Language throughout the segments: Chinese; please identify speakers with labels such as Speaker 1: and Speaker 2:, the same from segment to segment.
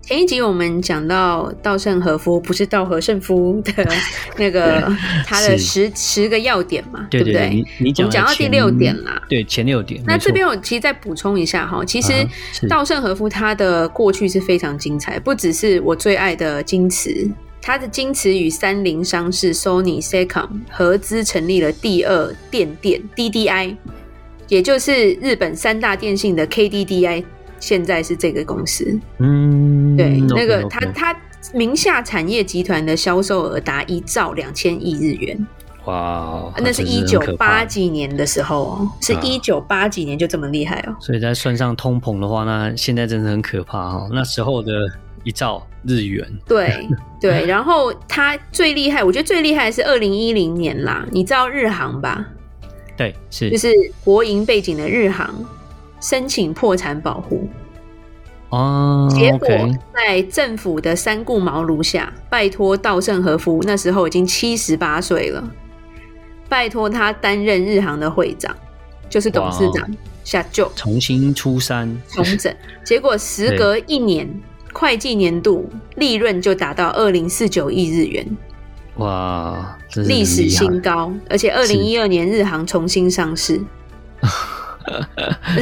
Speaker 1: 前一集我们讲到稻盛和夫，不是稻荷盛夫 的那个他的
Speaker 2: 是
Speaker 1: 十十个要点嘛，
Speaker 2: 对
Speaker 1: 不
Speaker 2: 对，
Speaker 1: 对？
Speaker 2: 你你
Speaker 1: 我
Speaker 2: 讲
Speaker 1: 们
Speaker 2: 了
Speaker 1: 讲到第
Speaker 2: 前
Speaker 1: 六点，啦。
Speaker 2: 对前六点。
Speaker 1: 那
Speaker 2: 没错
Speaker 1: 这边我其实再补充一下哈，其实
Speaker 2: 啊哈是
Speaker 1: 稻盛和夫他的过去是非常精彩，不只是我最爱的京瓷，他的京瓷与三菱商事 Sony Secom 合资成立了第二电电 DDI，也就是日本三大电信的 KDDI，现在是这个公司。
Speaker 2: 嗯，
Speaker 1: 对，那
Speaker 2: OK，
Speaker 1: 个
Speaker 2: OK
Speaker 1: 他他名下产业集团的销售额达一兆两千亿日元，
Speaker 2: 哇哦，
Speaker 1: 那是
Speaker 2: 真
Speaker 1: 一
Speaker 2: 很
Speaker 1: 九
Speaker 2: 可
Speaker 1: 八
Speaker 2: 怕。
Speaker 1: 几年的时候哦，是
Speaker 2: 啊
Speaker 1: 一九八几年就这么厉害哦。
Speaker 2: 所以再算上通膨的话，那现在真的很可怕哈、那时候的一兆日元，
Speaker 1: 对 对，然后他最厉害，我觉得最厉害的是二零一零年啦，你知道日航吧？
Speaker 2: 对，是
Speaker 1: 就是国营背景的日航申请破产保护，
Speaker 2: 哦，
Speaker 1: 结果
Speaker 2: OK
Speaker 1: 在政府的三顾茅庐下，拜托稻盛和夫，那时候已经七十八岁了，拜托他担任日航的会长，就是董事
Speaker 2: 哇哦
Speaker 1: 长下就
Speaker 2: 重新出山，
Speaker 1: 重 整，结果时隔一年，会计年度利润就达到二零四九亿日元。
Speaker 2: 哇，真是
Speaker 1: 历史新
Speaker 2: 很厉
Speaker 1: 高，而且二零一二年日航重新上市。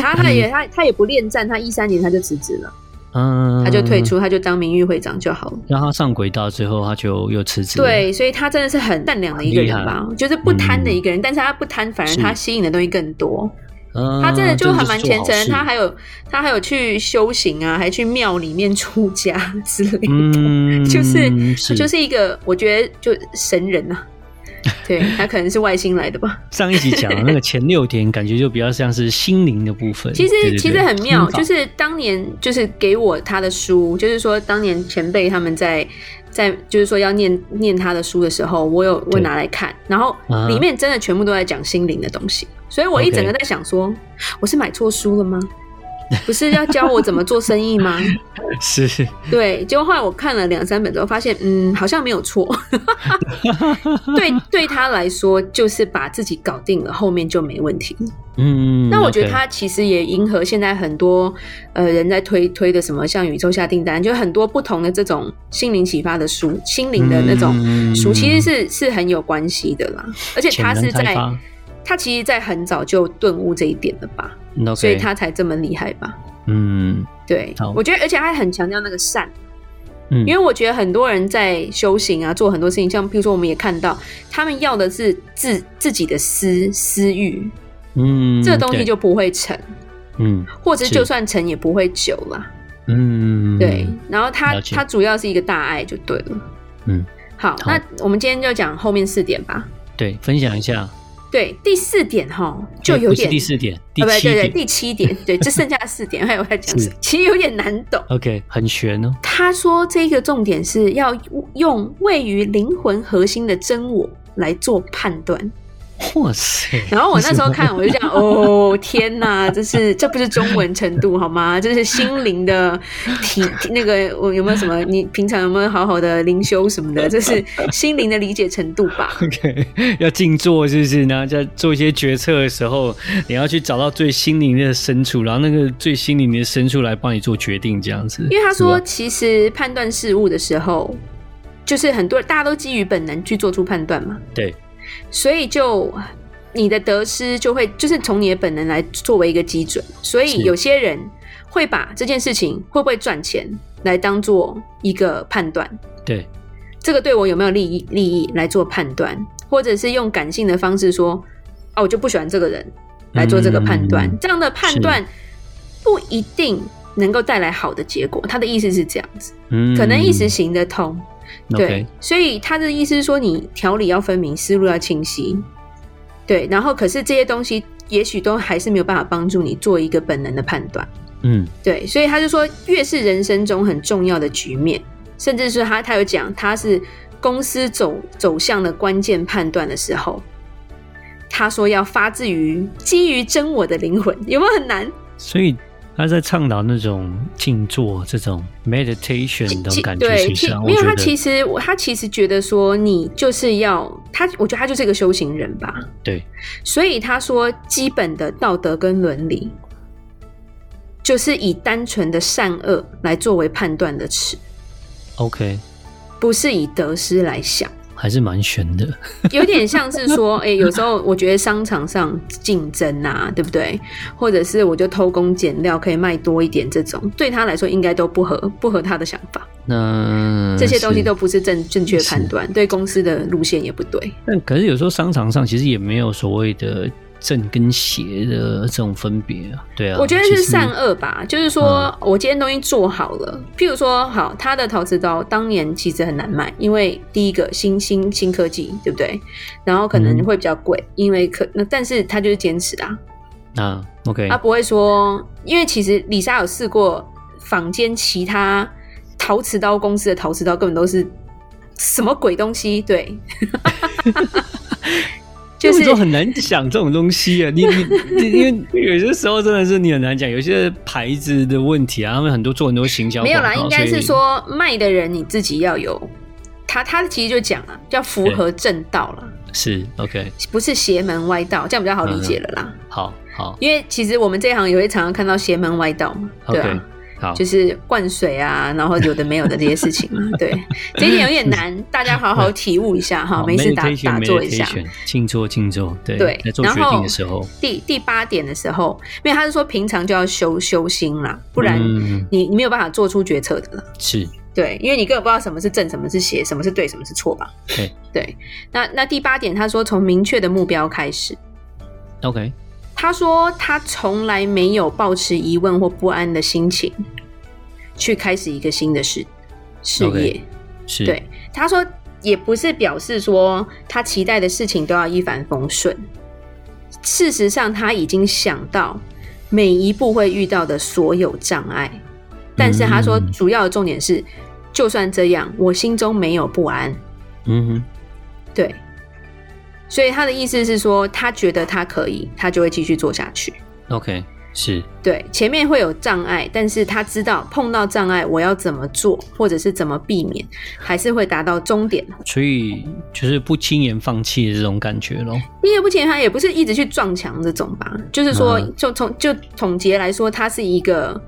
Speaker 1: 他他也他他也不恋战，他一三年他就辞职了，
Speaker 2: 害，嗯，
Speaker 1: 他就退，出，他就当名誉会长就好了。
Speaker 2: 让他上轨道之后，他就又辞职，，
Speaker 1: 对，所以他真的是很善良的一个人吧，就是不贪的一个人，但是他不贪，反而
Speaker 2: 嗯是
Speaker 1: 他吸引的东西更多。
Speaker 2: 嗯、
Speaker 1: 他真的就还蛮虔
Speaker 2: 真的
Speaker 1: 诚，
Speaker 2: 是做好事
Speaker 1: 他还有他还有去修行啊，还去庙里面出家之类的，
Speaker 2: 嗯，
Speaker 1: 就是
Speaker 2: 是
Speaker 1: 就是一个我觉得就神人啊，对他可能是外星来的吧。
Speaker 2: 上一集讲的那个前六点，感觉就比较像是心灵的部分，
Speaker 1: 其实
Speaker 2: 对对
Speaker 1: 其实
Speaker 2: 对
Speaker 1: 很妙，
Speaker 2: 心法
Speaker 1: 就是当年就是给我他的书，就是说当年前辈他们在在就是说要念念他的书的时候，我有我
Speaker 2: 对
Speaker 1: 拿来看，然后
Speaker 2: 啊
Speaker 1: 里面真的全部都在讲心灵的东西，所以我一
Speaker 2: OK
Speaker 1: 整个在想说，我是买错 书了吗？不是要教我怎么做生意吗？
Speaker 2: 是
Speaker 1: 对，结果后来我看了两三本之后，发现嗯，好像没有 错。 对，对他来说，就是把自己搞定了，后面就没问题了。
Speaker 2: 嗯，
Speaker 1: 那我觉得
Speaker 2: OK
Speaker 1: 它其实也迎合现在很多呃人在推推的什么像宇宙下订单，就很多不同的这种心灵启发的书、心灵的那种
Speaker 2: 嗯
Speaker 1: 书，其实是是很有关系的啦。而且他是
Speaker 2: 潜能开
Speaker 1: 在
Speaker 2: 发
Speaker 1: 他其实，在很早就顿悟这一点了吧，
Speaker 2: 嗯，OK
Speaker 1: 所以他才这么厉害吧？
Speaker 2: 嗯
Speaker 1: 对
Speaker 2: 好，
Speaker 1: 我觉得，而且他很强调那个善，
Speaker 2: 嗯，
Speaker 1: 因为我觉得很多人在修行啊，做很多事情，像比如说我们也看到，他们要的是自自己的私私欲，
Speaker 2: 嗯
Speaker 1: 这个东西
Speaker 2: 对
Speaker 1: 就不会成。
Speaker 2: 嗯
Speaker 1: 或者
Speaker 2: 是
Speaker 1: 就算成也不会久啦。
Speaker 2: 嗯
Speaker 1: 对，然后他
Speaker 2: 了解
Speaker 1: 他主要是一个大爱就对了。
Speaker 2: 嗯
Speaker 1: 好，那我们今天就讲后面四点吧。
Speaker 2: 对，分享一下
Speaker 1: 对，第四点哈就
Speaker 2: 哎
Speaker 1: 有
Speaker 2: 不是
Speaker 1: 点
Speaker 2: 第四点，第
Speaker 1: 啊不对
Speaker 2: 七
Speaker 1: 对对
Speaker 2: 点
Speaker 1: 第七点， 对，就剩下四点，还有我在讲什么，其实有点难懂。
Speaker 2: ，OK，很悬哦，
Speaker 1: 他说这个重点是要用位于灵魂核心的真我来做判断。
Speaker 2: 哇塞，
Speaker 1: 然后我那时候看，我就 讲，哦，天哪，这是这不是中文程度好吗？这是心灵的体，那个我有没有什么？你平常有没有好好的灵修什么的？这是心灵的理解程度吧？
Speaker 2: OK，要 静坐是不是？然后在做一些决策的时候，你要去找到最心灵的深处，然后那个最心灵的深处来帮你做决定，这样子。
Speaker 1: 因为他说，
Speaker 2: 是啊吧
Speaker 1: 其实判断事物的时候，就是很多大家都基于本能去做出判断嘛，
Speaker 2: 对，
Speaker 1: 所以就你的得失就会就是从你的本能来作为一个基准，所
Speaker 2: 是
Speaker 1: 以有些人会把这件事情会不会赚钱来当做一个判断。
Speaker 2: 对，
Speaker 1: 这个对我有没有利益利益来做判断，或者是用感性的方式说，哦，我就不喜欢这个人来做这个判断。
Speaker 2: 嗯
Speaker 1: 这样的判断不一定能够带来好的结果。他的意思是这样子，
Speaker 2: 嗯
Speaker 1: 可能一时行得通。对
Speaker 2: OK，
Speaker 1: 所以他的意思是说，你条理要分明，思路要清晰。对，然后可是这些东西也许都还是没有办法帮助你做一个本能的判断。
Speaker 2: 嗯，
Speaker 1: 对，所以他就说，越是人生中很重要的局面，甚至是他他有讲，他是公司走走向的关键判断的时候，他说要发自于基于真我的灵魂，有没有很难？
Speaker 2: 所以他在倡导那种静坐、这种 meditation 的
Speaker 1: 其
Speaker 2: 感觉，
Speaker 1: 对，
Speaker 2: 是不
Speaker 1: 其
Speaker 2: 是啊？我
Speaker 1: 没有
Speaker 2: 觉
Speaker 1: 他
Speaker 2: 得
Speaker 1: 其实他其实觉得说你就是要他，我觉得他就是一个修行人吧。
Speaker 2: 对，
Speaker 1: 所以他说，基本的道德跟伦理，就是以单纯的善恶来作为判断的尺，
Speaker 2: OK，
Speaker 1: 不是以得失来想。
Speaker 2: 还是蛮悬的。
Speaker 1: 有点像是 说，哎、有时候我觉得商场上竞争啊，对不对？或者是我就偷工减料，可以卖多一点，这种对他来说应该都不合，不合他的想法。
Speaker 2: 那
Speaker 1: 这些
Speaker 2: 嗯是
Speaker 1: 东西都不是正正确判断，对公司的路线也不对。
Speaker 2: 但可是有时候商场上其实也没有所谓的正跟邪的这种分别啊，对啊，
Speaker 1: 我觉得是
Speaker 2: 其实嗯
Speaker 1: 善恶吧，就是说我今天东西做好了，譬如说，好，它的陶瓷刀当年其实很难卖，因为第一个新新新科技，对不对？然后可能
Speaker 2: 嗯
Speaker 1: 会比较贵，因为可那但是他就是坚持啊，
Speaker 2: 啊，OK，
Speaker 1: 他不会说，因为其实李莎有试过坊间其他陶瓷刀公司的陶瓷刀，根本都是什么鬼东西， 对，就是
Speaker 2: 都很难讲这种东西啊，你你你因 为有些时候真的是你很难讲，有些牌子的问题啊，他们很多做很多行销
Speaker 1: 没有啦，
Speaker 2: 广告
Speaker 1: 应该
Speaker 2: 所
Speaker 1: 是
Speaker 2: 以
Speaker 1: 说卖的人你自己要有，他他其实就讲了，要符合正道了，
Speaker 2: 是 OK，
Speaker 1: 不是邪门歪道，这样比较好
Speaker 2: 嗯
Speaker 1: 理解了啦。
Speaker 2: 好好
Speaker 1: 因为其实我们这一行也会常常看到邪门歪道嘛，对
Speaker 2: OK，、
Speaker 1: 啊
Speaker 2: 好
Speaker 1: 就是灌水啊，然后有的没有的这些事情嘛， 对，这一点有点难，大家好好体悟一下哈，
Speaker 2: 好
Speaker 1: 没事打
Speaker 2: meditation，
Speaker 1: 打坐一下。
Speaker 2: meditation，静坐静坐，对
Speaker 1: 对
Speaker 2: 在做
Speaker 1: 然
Speaker 2: 决定
Speaker 1: 后
Speaker 2: 的时候，
Speaker 1: 第第八点的时候，因为他是说平常就要修修心啦，不然
Speaker 2: 嗯
Speaker 1: 你你没有办法做出决策的啦。
Speaker 2: 是
Speaker 1: 对，因为你根本不知道什么是正，什么是邪，什么是对，什么是错吧？
Speaker 2: 对
Speaker 1: 对。那那第八点，他说从明确的目标开始。
Speaker 2: OK，
Speaker 1: 他说他从来没有抱持疑问或不安的心情去开始一个新的事事业。
Speaker 2: OK，是
Speaker 1: 对，他说也不是表示说他期待的事情都要一帆风顺。事实上，他已经想到每一步会遇到的所有障碍，但是他说
Speaker 2: 嗯
Speaker 1: 主要的重点是，就算这样，我心中没有不安。
Speaker 2: 嗯哼。
Speaker 1: 对，所以他的意思是说，他觉得他可以，他就会继续做下去。
Speaker 2: OK，是
Speaker 1: 对，前面会有障碍，但是他知道碰到障碍我要怎么做，或者是怎么避免，还是会达到终点。
Speaker 2: 所以就是不轻言放弃的这种感觉咯。
Speaker 1: 你也不前他也不是一直去撞墙这种吧，就是说，
Speaker 2: 嗯
Speaker 1: 就从就总结来说，他是一个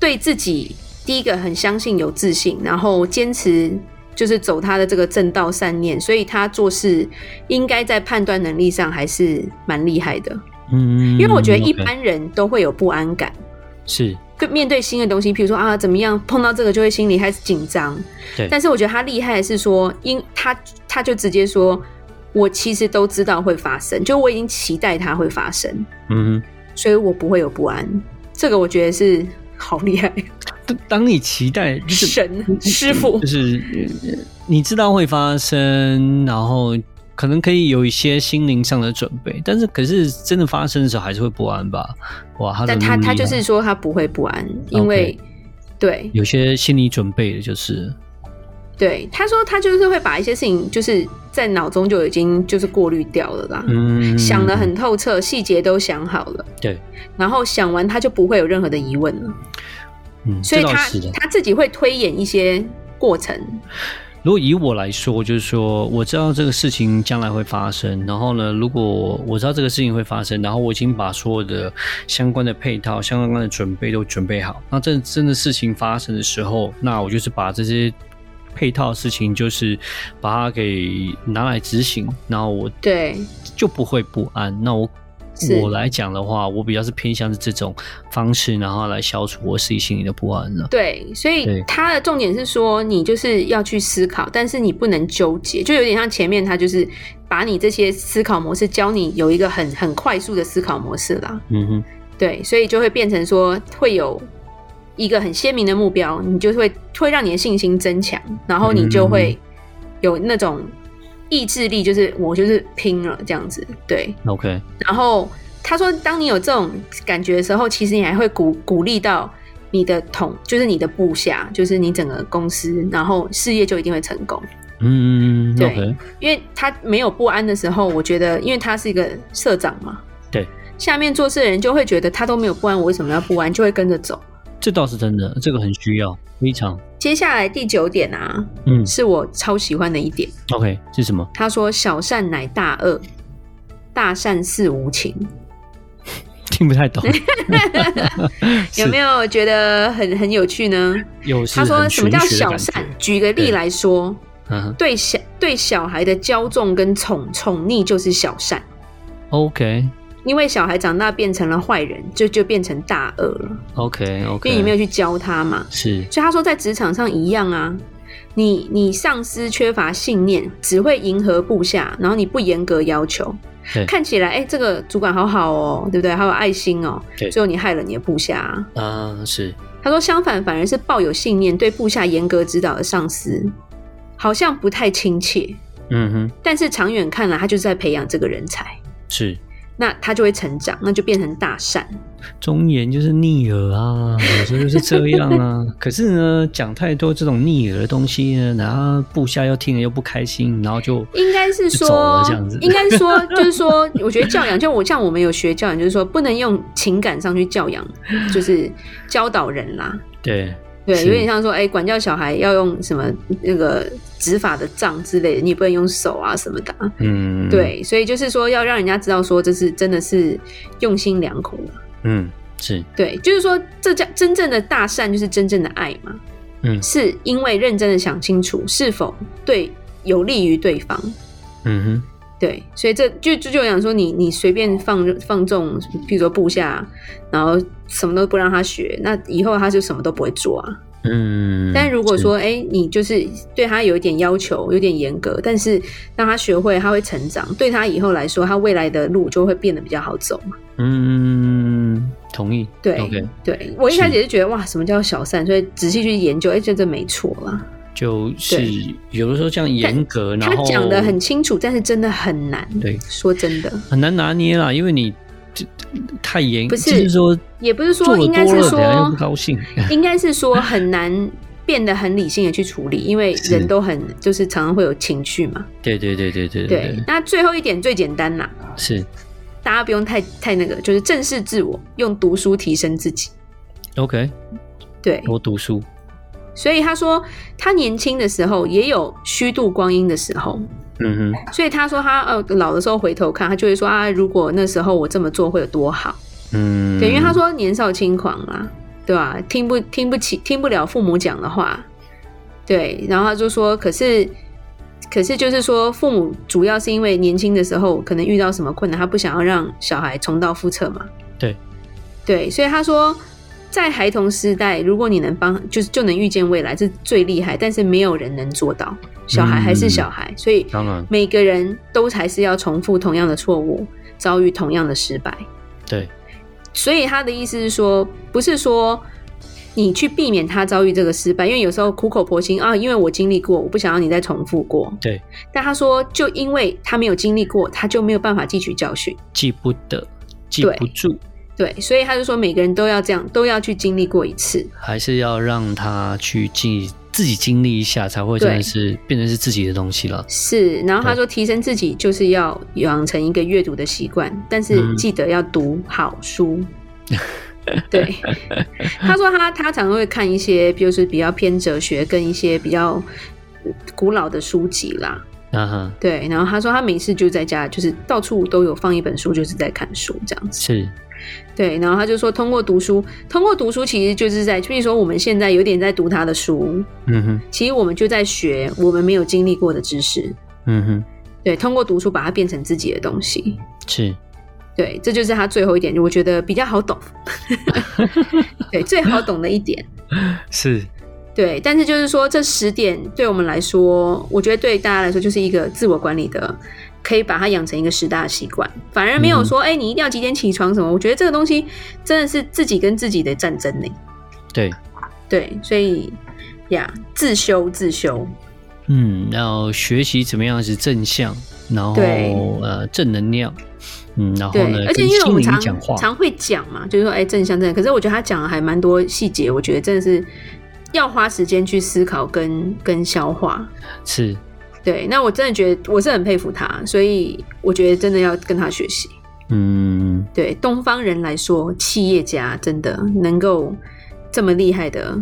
Speaker 1: 对自己第一个很相信、有自信，然后坚持就是走他的这个正道善念，所以他做事应该在判断能力上还是蛮厉害的。
Speaker 2: 嗯，
Speaker 1: 因为我觉得一
Speaker 2: OK，
Speaker 1: 般人都会有不安感，
Speaker 2: 是
Speaker 1: 对面对新的东西，譬如说啊怎么样碰到这个就会心里开始紧张。
Speaker 2: 对
Speaker 1: 但是我觉得他厉害的是说，因他他就直接说，我其实都知道会发生，就我已经期待它会发生，
Speaker 2: 嗯哼。
Speaker 1: 所以我不会有不安。这个我觉得是好厉害，
Speaker 2: 当当你期待 就是
Speaker 1: 神师傅
Speaker 2: 就。是呃你知道会发生，然后可能可以有一些心灵上的准备，但是可是真的发生的时候还是会不安吧？哇，他怎
Speaker 1: 但
Speaker 2: 么
Speaker 1: 他
Speaker 2: 那么
Speaker 1: 他
Speaker 2: 厉
Speaker 1: 就
Speaker 2: 害
Speaker 1: 是说他不会不安，因为对
Speaker 2: 有些心理准备的，就是
Speaker 1: 对，他说他就是会把一些事情就是在脑中就已经就是过滤掉了啦。
Speaker 2: 嗯，
Speaker 1: 想得很透彻，细节都想好了，
Speaker 2: 对，
Speaker 1: 然后想完他就不会有任何的疑问了，
Speaker 2: 嗯，
Speaker 1: 所以
Speaker 2: 这倒
Speaker 1: 他
Speaker 2: 是的。
Speaker 1: 他自己会推演一些过程，
Speaker 2: 如果以我来说，就是说我知道这个事情将来会发生，然后呢，如果我知道这个事情会发生，然后我已经把所有的相关的配套、相关的准备都准备好，那这真的事情发生的时候，那我就是把这些配套的事情，就是把它给拿来执行，然后我
Speaker 1: 对，
Speaker 2: 就不会不安。那我
Speaker 1: 是
Speaker 2: 我来讲的话，我比较是偏向是这种方式，然后来消除我自己心里的不安了。
Speaker 1: 对，所以
Speaker 2: 对
Speaker 1: 他的重点是说，你就是要去思考，但是你不能纠结，就有点像前面他就是把你这些思考模式教你有一个很很快速的思考模式啦。
Speaker 2: 嗯哼。
Speaker 1: 对，所以就会变成说会有一个很鲜明的目标，你就会会让你的信心增强，然后你就
Speaker 2: 嗯
Speaker 1: 会有那种意志力，就是我就是拼了这样子。对，
Speaker 2: OK，
Speaker 1: 然后他说，当你有这种感觉的时候，其实你还会鼓鼓励到你的同，就是你的部下，就是你整个公司，然后事业就一定会成功。
Speaker 2: 嗯
Speaker 1: 对
Speaker 2: ，OK，
Speaker 1: 因为他没有不安的时候，我觉得，因为他是一个社长嘛，
Speaker 2: 对，
Speaker 1: 下面做事的人就会觉得他都没有不安，我为什么要不安，就会跟着走。
Speaker 2: 这倒是真的，这个很需要，非常，
Speaker 1: 接下来第九点啊，
Speaker 2: 嗯
Speaker 1: 是我超喜欢的一点。
Speaker 2: ，OK，是什么？
Speaker 1: 他说：“小善乃大恶，大善是无情。
Speaker 2: 听不太懂，” 哎
Speaker 1: 有没有觉得很很有趣呢？
Speaker 2: 有是
Speaker 1: 他说：“
Speaker 2: 很
Speaker 1: 什么
Speaker 2: 玄
Speaker 1: 叫
Speaker 2: 学的
Speaker 1: 小
Speaker 2: 感
Speaker 1: 善
Speaker 2: 觉？？
Speaker 1: 举个例
Speaker 2: 对
Speaker 1: 来说，
Speaker 2: 嗯哼
Speaker 1: 对小对小孩的骄纵跟宠宠溺就是小善，
Speaker 2: ，OK，OK，OK，
Speaker 1: 因为小孩长大变成了坏人，就就变成大恶了，因为你没有去教他嘛。
Speaker 2: 是
Speaker 1: 所以他说在职场上一样啊，你你上司缺乏信念，只会迎合部下，然后你不严格要求
Speaker 2: 对，
Speaker 1: 看起来哎、这个主管好好哦，对不对？好有爱心哦，
Speaker 2: 对
Speaker 1: 最后你害了你的部下、啊。
Speaker 2: 啊，是
Speaker 1: 他说相反，反而是抱有信念、对部下严格指导的上司，好像不太亲切，
Speaker 2: 嗯哼，
Speaker 1: 但是长远看来，他就是在培养这个人才。
Speaker 2: 是
Speaker 1: 那他就会成长，那就变成大善。
Speaker 2: 忠言就是逆耳啊，有时候就是这样 啊。可是呢，讲太多这种逆耳的东西呢，然后部下又听了又不开心，然后就
Speaker 1: 应该是
Speaker 2: 就走了
Speaker 1: 说
Speaker 2: 这样子，
Speaker 1: 应该是说，就是 说，我觉得教养，就我像我们有学教养，就是说不能用情感上去教养，就是教导人啦。
Speaker 2: 对
Speaker 1: 对，
Speaker 2: 是
Speaker 1: 有点像说，哎、管教小孩要用什么那个执法的杖之类的，你也不能用手啊什么的啊、
Speaker 2: 嗯，，
Speaker 1: 对，所以就是说要让人家知道说这是真的是用心良苦啊。
Speaker 2: 嗯，是，
Speaker 1: 对，就是说这叫真正的大善，就是真正的爱嘛。
Speaker 2: 嗯
Speaker 1: 是因为认真的想清楚是否对有利于对方。
Speaker 2: 嗯
Speaker 1: 对，所以这就就就讲说你你随便放放纵，比如说部下，然后什么都不让他学，那以后他就什么都不会做啊。
Speaker 2: 哼，嗯。
Speaker 1: 但如果说哎、诶你就是对他有一点要求，有点严格，但是让他学会，他会成长，对他以后来说，他未来的路就会变得比较好走嘛。
Speaker 2: 是，嗯，同意，
Speaker 1: 对
Speaker 2: OK，
Speaker 1: 对我一开始也是觉得哇，什么叫小善，所以仔细去研究，哎、觉得没错啦。
Speaker 2: 就是
Speaker 1: 对
Speaker 2: 有的时候这样严格，然
Speaker 1: 他
Speaker 2: 后
Speaker 1: 讲的很清楚，但是真的很难。
Speaker 2: 对
Speaker 1: 说真的，
Speaker 2: 很难拿捏啦，因为你这太严，
Speaker 1: 不是
Speaker 2: 就是说
Speaker 1: 也不是说
Speaker 2: 做的
Speaker 1: 应该
Speaker 2: 多
Speaker 1: 是
Speaker 2: 了，等下又
Speaker 1: 说
Speaker 2: 不 高兴，
Speaker 1: 应该是说很难变得很理性的去处理，因为
Speaker 2: 是
Speaker 1: 人都很就是常常会有情绪嘛。
Speaker 2: 对对对对对
Speaker 1: 对，那最后一点最简单啦，
Speaker 2: 是
Speaker 1: 大家不用太太那个，就是正视自我，用读书提升自己。
Speaker 2: OK，
Speaker 1: 对，
Speaker 2: 多读书，
Speaker 1: 所以他说他年轻的时候也有虚度光阴的时候，
Speaker 2: 嗯哼，
Speaker 1: 所以他说他呃老的时候回头看，他就会说啊，如果那时候我这么做会有多好。
Speaker 2: 嗯，
Speaker 1: 对，因为他说年少轻狂啦，对吧、听不听不起，听不了父母讲的话，对。然后他就说，可是，可是就是说，父母主要是因为年轻的时候可能遇到什么困难，他不想要让小孩重蹈覆辙嘛。
Speaker 2: 对，
Speaker 1: 对，所以他说，在孩童时代，如果你能帮，就是就能预见未来，是最厉害，但是没有人能做到。小孩还
Speaker 2: 嗯
Speaker 1: 是小孩，所以
Speaker 2: 当然
Speaker 1: 每个人都还是要重复同样的错误，遭遇同样的失败。
Speaker 2: 对，
Speaker 1: 所以他的意思是说，不是说你去避免他遭遇这个失败，因为有时候苦口婆心啊，因为我经历过，我不想要你再重复过。
Speaker 2: 对。
Speaker 1: 但他说，就因为他没有经历过，他就没有办法汲取教训。
Speaker 2: 记不得，记
Speaker 1: 对
Speaker 2: 不住，
Speaker 1: 对，所以他就说，每个人都要这样，都要去经历过一次。
Speaker 2: 还是要让他去经自己经历一下，才会
Speaker 1: 对
Speaker 2: 真的是变成是自己的东西了。
Speaker 1: 是，然后他说，提升自己就是要养成一个阅读的习惯，但是
Speaker 2: 嗯
Speaker 1: 记得要读好书。对，他说他他常会看一些，比如说比较偏哲学跟一些比较呃古老的书籍啦。
Speaker 2: 啊哈，
Speaker 1: 对，然后他说他没事就在家，就是到处都有放一本书，就是在看书这样子。
Speaker 2: 是，
Speaker 1: 对，然后他就说通过读书，通过读书其实就是在，比如说我们现在有点在读他的书，
Speaker 2: 嗯哼，
Speaker 1: 其实我们就在学我们没有经历过的知识。
Speaker 2: 嗯哼，
Speaker 1: 对，通过读书把它变成自己的东西。
Speaker 2: 是，
Speaker 1: 对，这就是他最后一点，我觉得比较好懂。 对，最好懂的一点。
Speaker 2: 是，
Speaker 1: 对，但是就是说这十点对我们来说，我觉得对大家来说就是一个自我管理的，可以把它养成一个十大习惯。反而没有说，哎、你一定要几点起床什么。我觉得这个东西真的是自己跟自己的战争呢。
Speaker 2: 对，
Speaker 1: 对，所以呀，自修自修。
Speaker 2: 嗯，要学习怎么样是正向，然后
Speaker 1: 对
Speaker 2: 呃正能量，嗯，然后
Speaker 1: 对
Speaker 2: 呢，，
Speaker 1: 而且
Speaker 2: 跟
Speaker 1: 因为我
Speaker 2: 心
Speaker 1: 们
Speaker 2: 灵
Speaker 1: 常
Speaker 2: 讲话，
Speaker 1: 常会讲嘛，就是说，哎、正向正向。可是我觉得他讲的还蛮多细节，我觉得真的是要花时间去思考跟跟消化。
Speaker 2: 是，
Speaker 1: 对，那我真的觉得我是很佩服他，所以我觉得真的要跟他学习。
Speaker 2: 嗯，
Speaker 1: 对东方人来说，企业家真的能够这么厉害的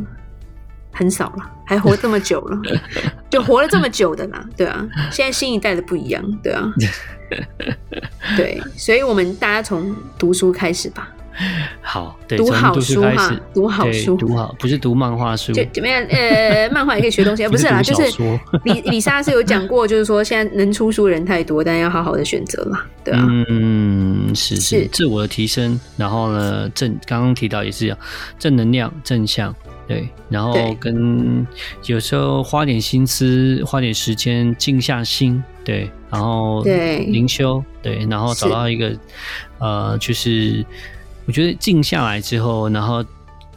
Speaker 1: 很少了，还活这么久 了，就活了这么久的啦，对啊。现在新一代的不一样，对 啊，对，所以我们大家从读书开始吧，
Speaker 2: 好，对，
Speaker 1: 读
Speaker 2: 从
Speaker 1: 好
Speaker 2: 读书
Speaker 1: 书
Speaker 2: 开
Speaker 1: 哈
Speaker 2: 始，
Speaker 1: 读好
Speaker 2: 对
Speaker 1: 书
Speaker 2: 读好，不是读漫画书，
Speaker 1: 就怎么样？呃，漫画也可以 学东西，啊，不是啦，
Speaker 2: 读
Speaker 1: 就
Speaker 2: 小
Speaker 1: 是
Speaker 2: 说
Speaker 1: 李李莎是有讲过，就是说现在能出书人太多，但要好好的选择啦，对啊，
Speaker 2: 嗯，是是
Speaker 1: 是
Speaker 2: 自我的提升，然后呢，正刚刚提到也是一样，正能量正向，对，然后
Speaker 1: 对
Speaker 2: 跟有时候花点心思，花点时间静下心，对，然后
Speaker 1: 对
Speaker 2: 灵修，对，然后找
Speaker 1: 是
Speaker 2: 到一个呃，就是我觉得静下来之后，然后。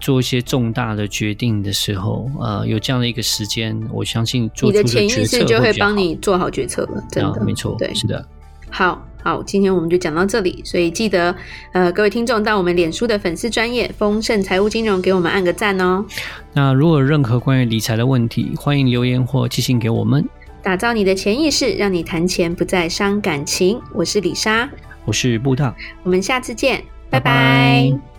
Speaker 2: 做一些重大的决定的时候，呃，有这样的一个时间，我相信做出
Speaker 1: 你的
Speaker 2: 的
Speaker 1: 潜意
Speaker 2: 决
Speaker 1: 识
Speaker 2: 策
Speaker 1: 就
Speaker 2: 会
Speaker 1: 会
Speaker 2: 比较
Speaker 1: 帮
Speaker 2: 好
Speaker 1: 你做好决策了，真
Speaker 2: 啊
Speaker 1: 的，
Speaker 2: 没错，
Speaker 1: 对，
Speaker 2: 是的，
Speaker 1: 好好，今天我们就讲到这里，所以记得呃，各位听众到我们脸书的粉丝专业丰盛财务金融给我们按个赞哦，
Speaker 2: 那如果有任何关于理财的问题，欢迎留言或寄信给我们。
Speaker 1: 打造你的潜意识，让你谈钱不再伤感情。我是李莎，
Speaker 2: 我是布大，
Speaker 1: 我们下次见，
Speaker 2: 拜
Speaker 1: 拜
Speaker 2: 拜
Speaker 1: 拜